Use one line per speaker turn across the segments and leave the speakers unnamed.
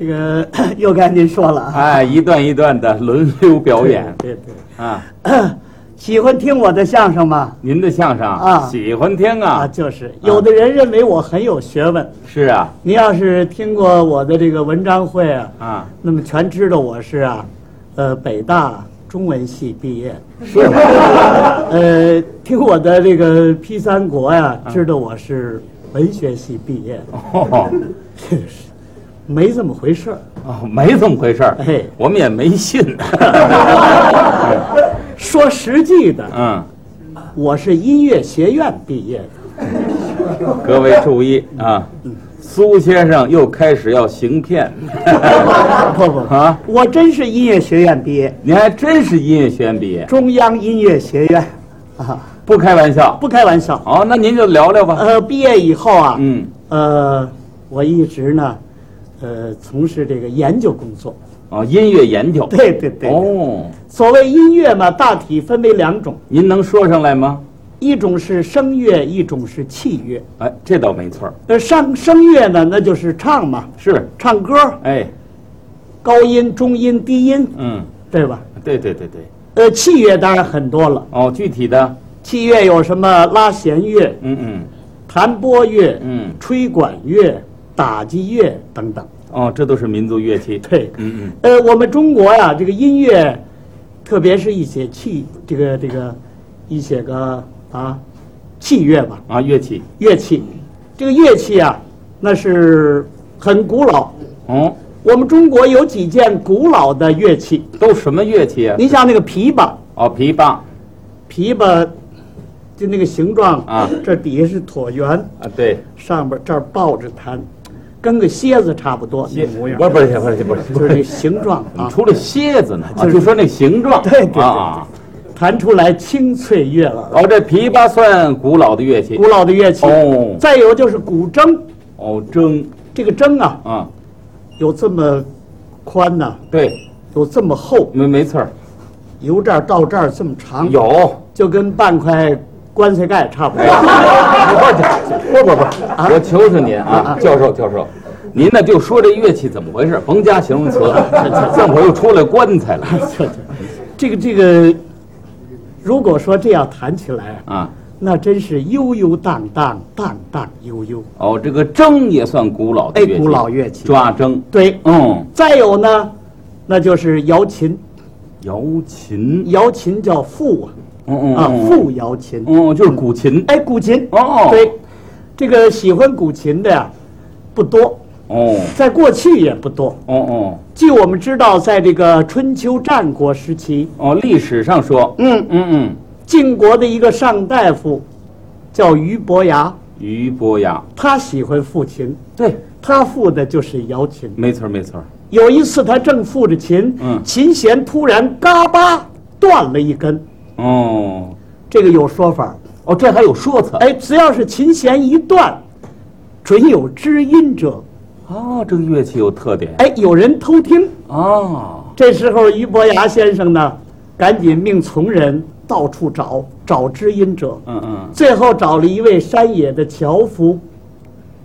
又该您说了啊。
哎，一段一段的轮流表演
对 对，
啊。
喜欢听我的相声吗？
您的相声
啊
喜欢听
啊，
啊，
就是有的人认为我很有学问，
是 啊，
您要是听过我的这个文章会啊，
啊，
那么全知道我是啊，呃，北大中文系毕业，
是吗？
呃，听我的这个 P 三国呀、
啊
知道我是文学系毕业，
哦，
没这么回事儿。
哦没这么回事儿
哎，
我们也没信。
说实际的，
嗯，
我是音乐学院毕业的。
各位注意啊，苏先生又开始要行骗，
不不
啊，
我真是音乐学院毕业，
您还真是音乐学院毕业，
中央音乐学院，啊，
不开玩笑。
不开玩笑。
哦，那您就聊聊吧。
呃，毕业以后啊，
嗯，
呃，我一直呢，呃，从事这个研究工作。
哦，音乐研究。
对对对，
哦，
所谓音乐嘛，大体分为两种，
您能说上来吗？
一种是声乐，一种是器乐。
哎，这倒没错儿，
呃，上声乐呢，那就是唱嘛，
是。
唱歌，
哎，
高音、中音、低音，
嗯，
对吧？
对对对对。
呃，器乐当然很多了，
哦，具体的，
器乐有什么拉弦乐、
嗯嗯
弹拨乐、
嗯，
吹管乐、打击乐等等。
哦，这都是民族乐器。
对，
嗯嗯，
呃，我们中国呀，这个音乐，特别是一些器，这个这个，一些个啊，器乐吧，
啊，乐器。
乐器，
嗯
这个乐器啊，那是很古老。
哦，
我们中国有几件古老的乐器，
都什么乐器啊？
你像那个琵琶，
哦，琵琶啊
琵琶就那个形状
啊
这底下是椭圆，，
对，
上边这儿抱着弹，跟个蝎子差不多那模样
不，是不是不是不是
就
不
是
是，
这形状
怎么
啊，
出了蝎子呢？啊，
就是
就说那形状。
对对对对
啊，
弹出来清脆悦耳。
哦，这琵琶算古老的乐器
古。老的乐器。
哦
再有就是古筝，
哦，筝
这个筝啊，
啊，
有这么宽呐、
对，
有这么厚，
没没错儿，
由这儿到这儿这么长，
有。哎
就跟半块棺材盖差不多。
不不不，我求求您啊，教授教授，您呢就说这乐器怎么回事，甭加形容词了，这会儿又出来棺材了
这个这个，如果说这样弹起来啊，
啊！
那真是悠悠荡荡，荡荡悠悠。
哦，这个筝也算古老的
哎
乐器，
古老乐器
抓筝。
对，
嗯，
再有呢，那就是瑶琴，
瑶琴，
瑶琴叫复啊，
嗯嗯
啊
嗯
复瑶琴。
哦，就是古琴。
哎，古琴，
哦
对，这个喜欢古琴的呀不多，
哦
在过去也不多。
哦哦
据我们知道，在这个春秋战国时期，
哦，历史上说，
嗯，
嗯嗯，
晋国的一个上大夫叫俞伯牙，
俞伯牙，
他喜欢抚琴，
对，
他抚的就是瑶琴。
没错儿没错儿。
有一次，他正抚着琴，
嗯
琴弦突然嘎巴断了一根。
哦
这个有说法，
哦，这还有说辞。
哎，只要是琴弦一断，准有知音者。
哦，这个乐器有特点。
哎，有人偷听。
哦，
这时候，俞伯牙先生呢，赶紧命从人到处找找知音者。
嗯嗯。
最后找了一位山野的樵夫，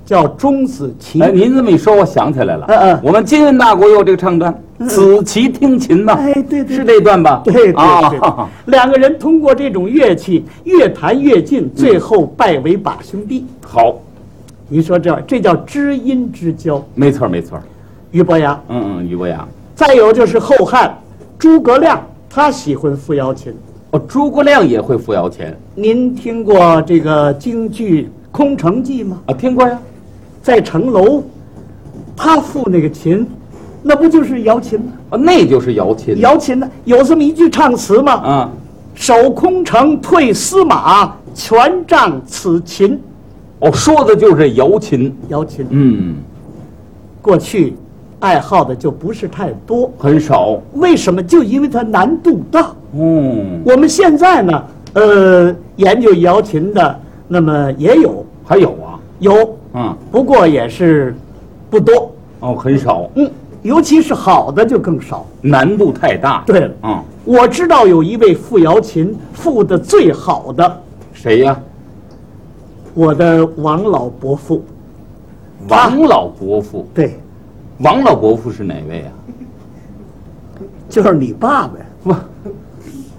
叫钟子期。
哎，您这么一说，我想起来了。
嗯嗯
我们金韵大国有这个唱段，子期听琴呐。
哎对对
是这段吧？
对对对，
啊，
两个人通过这种乐器越弹越
嗯
近，最后拜为把兄弟。
好，
你说这这叫知音之交，
没错儿没错儿。
俞伯牙。
嗯嗯，俞伯牙。
再有就是后汉诸葛亮，他喜欢抚瑶琴。
哦，诸葛亮也会扶摇琴
您听过这个京剧《空城计》吗？
啊，听过呀。
在城楼，他抚那个琴，那不就是瑶琴吗？
啊，那就是瑶琴。
瑶琴呢，有这么一句唱词吗？
啊，
守空城，退司马，权杖此琴。
哦，说的就是瑶琴。
瑶琴
嗯，
过去爱好的就不是太多，
很少。
为什么？就因为它难度大。
嗯，
我们现在呢，呃，研究瑶琴的，那么也有
还有啊，
有，
嗯，
不过也是不多。
哦，很少，
嗯，尤其是好的就更少。
难度太大。
对了，
嗯，
我知道有一位傅瑶琴，傅的最好的，
谁呀、
我的王老伯父。
王老伯父。
对，
王老伯父是哪位啊？
就是你爸爸呀，
不，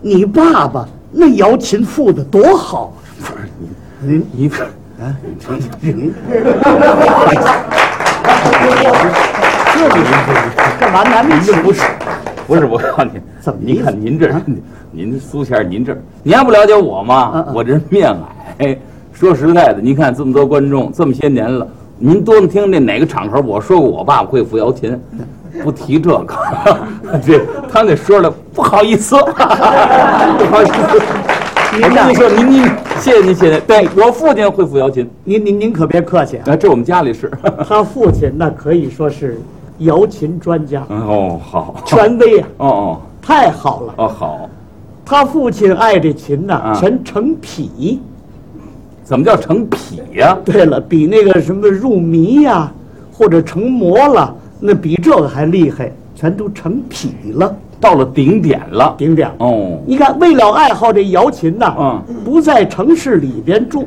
你爸爸那摇琴复的多好，
不是您，您一边啊，
干嘛拿你
这不是，不是我告诉你，
怎么意
您
思啊
看您这，您苏先生，您这，您还不了解我
嗯
吗？
嗯
我这人面矮，说实在的，您看这么多观众，这么些年了，您多么听这哪个场合我说过我爸爸会抚瑶琴，不提这个， 这他那说了不好意思， 不好意思。
啊
我跟你说，您您谢谢您谢谢您，对我父亲会抚瑶琴，
您您您可别客气啊，
啊，这我们家里是。
他父亲那可以说是摇琴专家，
嗯哦，好，
权威啊，
哦哦
太好了。
哦，好，
他父亲爱这琴呐、
啊
全成匹。
怎么叫成痞呀？
对了，比那个什么入迷呀、或者成魔了，那比这个还厉害，全都成痞了，
到了顶点了。
顶点儿。
哦，
你看，为了爱好这瑶琴呐、
嗯
不在城市里边住，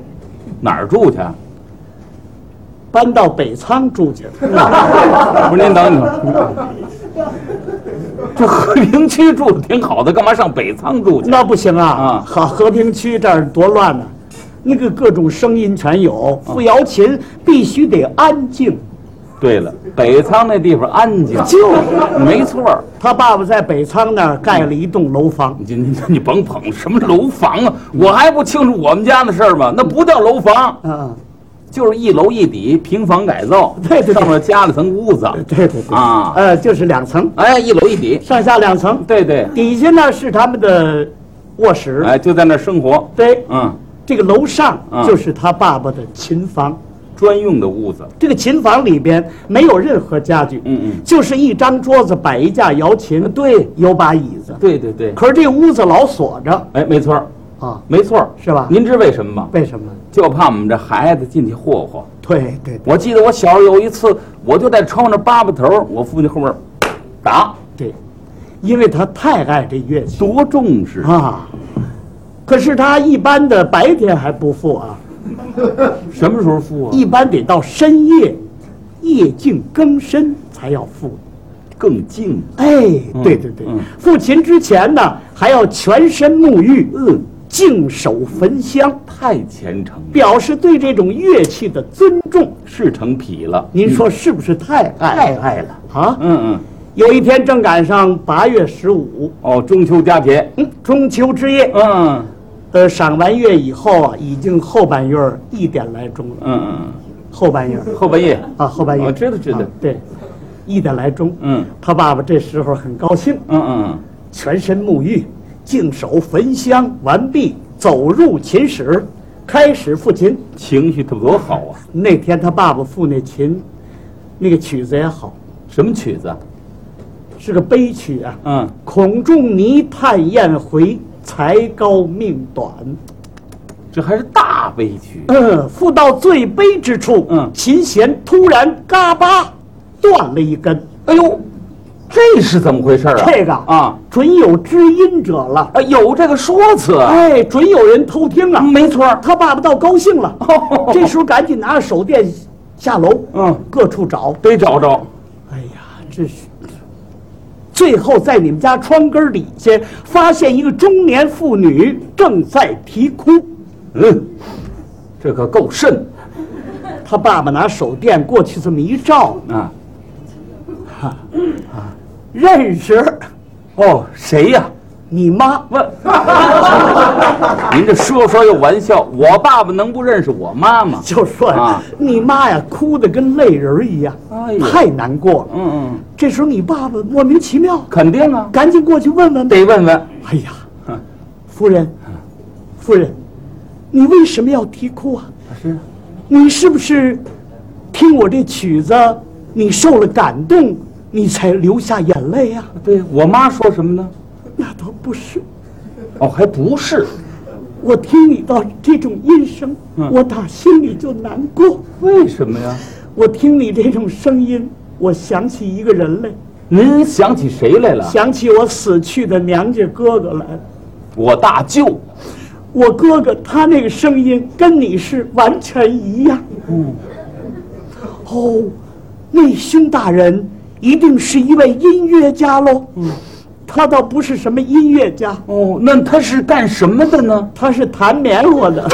哪儿住去 啊？
搬到北仓住去。
不是您等一等，这和平区住的挺好的，干嘛上北仓住去？
那不行啊
啊！
好，和平区这儿多乱呐、那个各种声音全有，
嗯
付瑶琴必须得安静。
对了，北仓那地方安静，没错儿。
他爸爸在北仓那儿盖了一栋楼房，
你你你甭捧什么楼房啊，我还不清楚我们家的事儿吗？那不叫楼房，
嗯，
就是一楼一底平房改造，
对对对
上面加了层屋子
对对对，
啊。
呃，就是两层，
哎，一楼一底，
上下两层，
对对，
底下那是他们的卧室，
哎，就在那儿生活。
对，
嗯，
这个楼上
嗯
就是他爸爸的琴房。
专用的屋子。
这个琴房里边没有任何家具，
嗯嗯呃
就是一张桌子摆一架摇琴，对，有把椅子。
对对对，
可是这屋子老锁着
哎，没错儿，
啊，
没错儿，
是吧
您知为什么吗？
为什么？
就怕我们这孩子进去霍霍。
对对对
我记得我小时候有一次，我就在窗户那扒扒头儿，我父亲后面打，
对，因为他太爱这乐器
多重视。
啊。可是他一般的白天还不付啊，
什么时候付啊？
一般得到深夜，夜静更深才要付。
更静。
哎，对对对
嗯，
付琴之前呢，还要全身沐浴，嗯，净手焚香，
太虔诚了，
表示对这种乐器的尊重。
是成痞了。
您说是不是太爱
太爱了，
啊？
嗯嗯，
有一天正赶上八月十五，
哦，中秋佳节，
嗯，中秋之夜，
嗯
呃，赏完月以后啊，已经后半夜儿一点来钟了。
嗯
后半夜儿
嗯，后半夜，
啊，后半夜儿，
我知道知道
啊对，一点来钟。
嗯
他爸爸这时候很高兴，
嗯嗯，
全身沐浴，净手焚香完毕，走入琴室，开始复琴。
嗯情绪特多好啊！
那天他爸爸复那琴，那个曲子也好，
什么曲子啊？
是个悲曲啊。
嗯，
孔仲尼叹燕回，才高命短。
这还是大悲曲。
嗯，复到最悲之处，
嗯
琴弦突然嘎巴断了一根，
哎呦，这是怎么回事儿啊？
这个
啊，
准有知音者了。
啊，有这个说辞啊，
哎，准有人偷听啊！
没错儿。
他爸爸倒高兴了，这时候赶紧拿着手电下楼，
嗯，
各处找。
得找着。
哎呀，这是。最后，在你们家窗根底下发现一个中年妇女正在啼哭，
嗯，这可够甚
他爸爸拿手电过去这么一照，
啊！
认识
哦，谁呀、
你妈。
问， 您这说说有玩笑，我爸爸能不认识我妈妈？
就说呀，
啊
你妈呀，哭得跟泪人儿一样，
哎呦
太难过了。
嗯嗯，
这时候你爸爸莫名其妙，
肯定啊，
赶紧过去问问呗。
得问问。
哎呀，夫人，夫人，你为什么要啼哭啊？
是，
你是不是听我这曲子，你受了感动，你才流下眼泪啊呀、
对我妈说什么呢？
那倒不是，
哦，还不是。
我听你的这种音声，
嗯
我打心里就难过。
为什么呀？
我听你这种声音，我想起一个人来。
您想起谁来了？
想起我死去的娘家哥哥来了。
我大舅。
我哥哥他那个声音跟你是完全一样。哦，那兄大人一定是一位音乐家喽。嗯，他倒不是什么音乐家，
哦，那他是干什么的呢？
他是弹棉花的。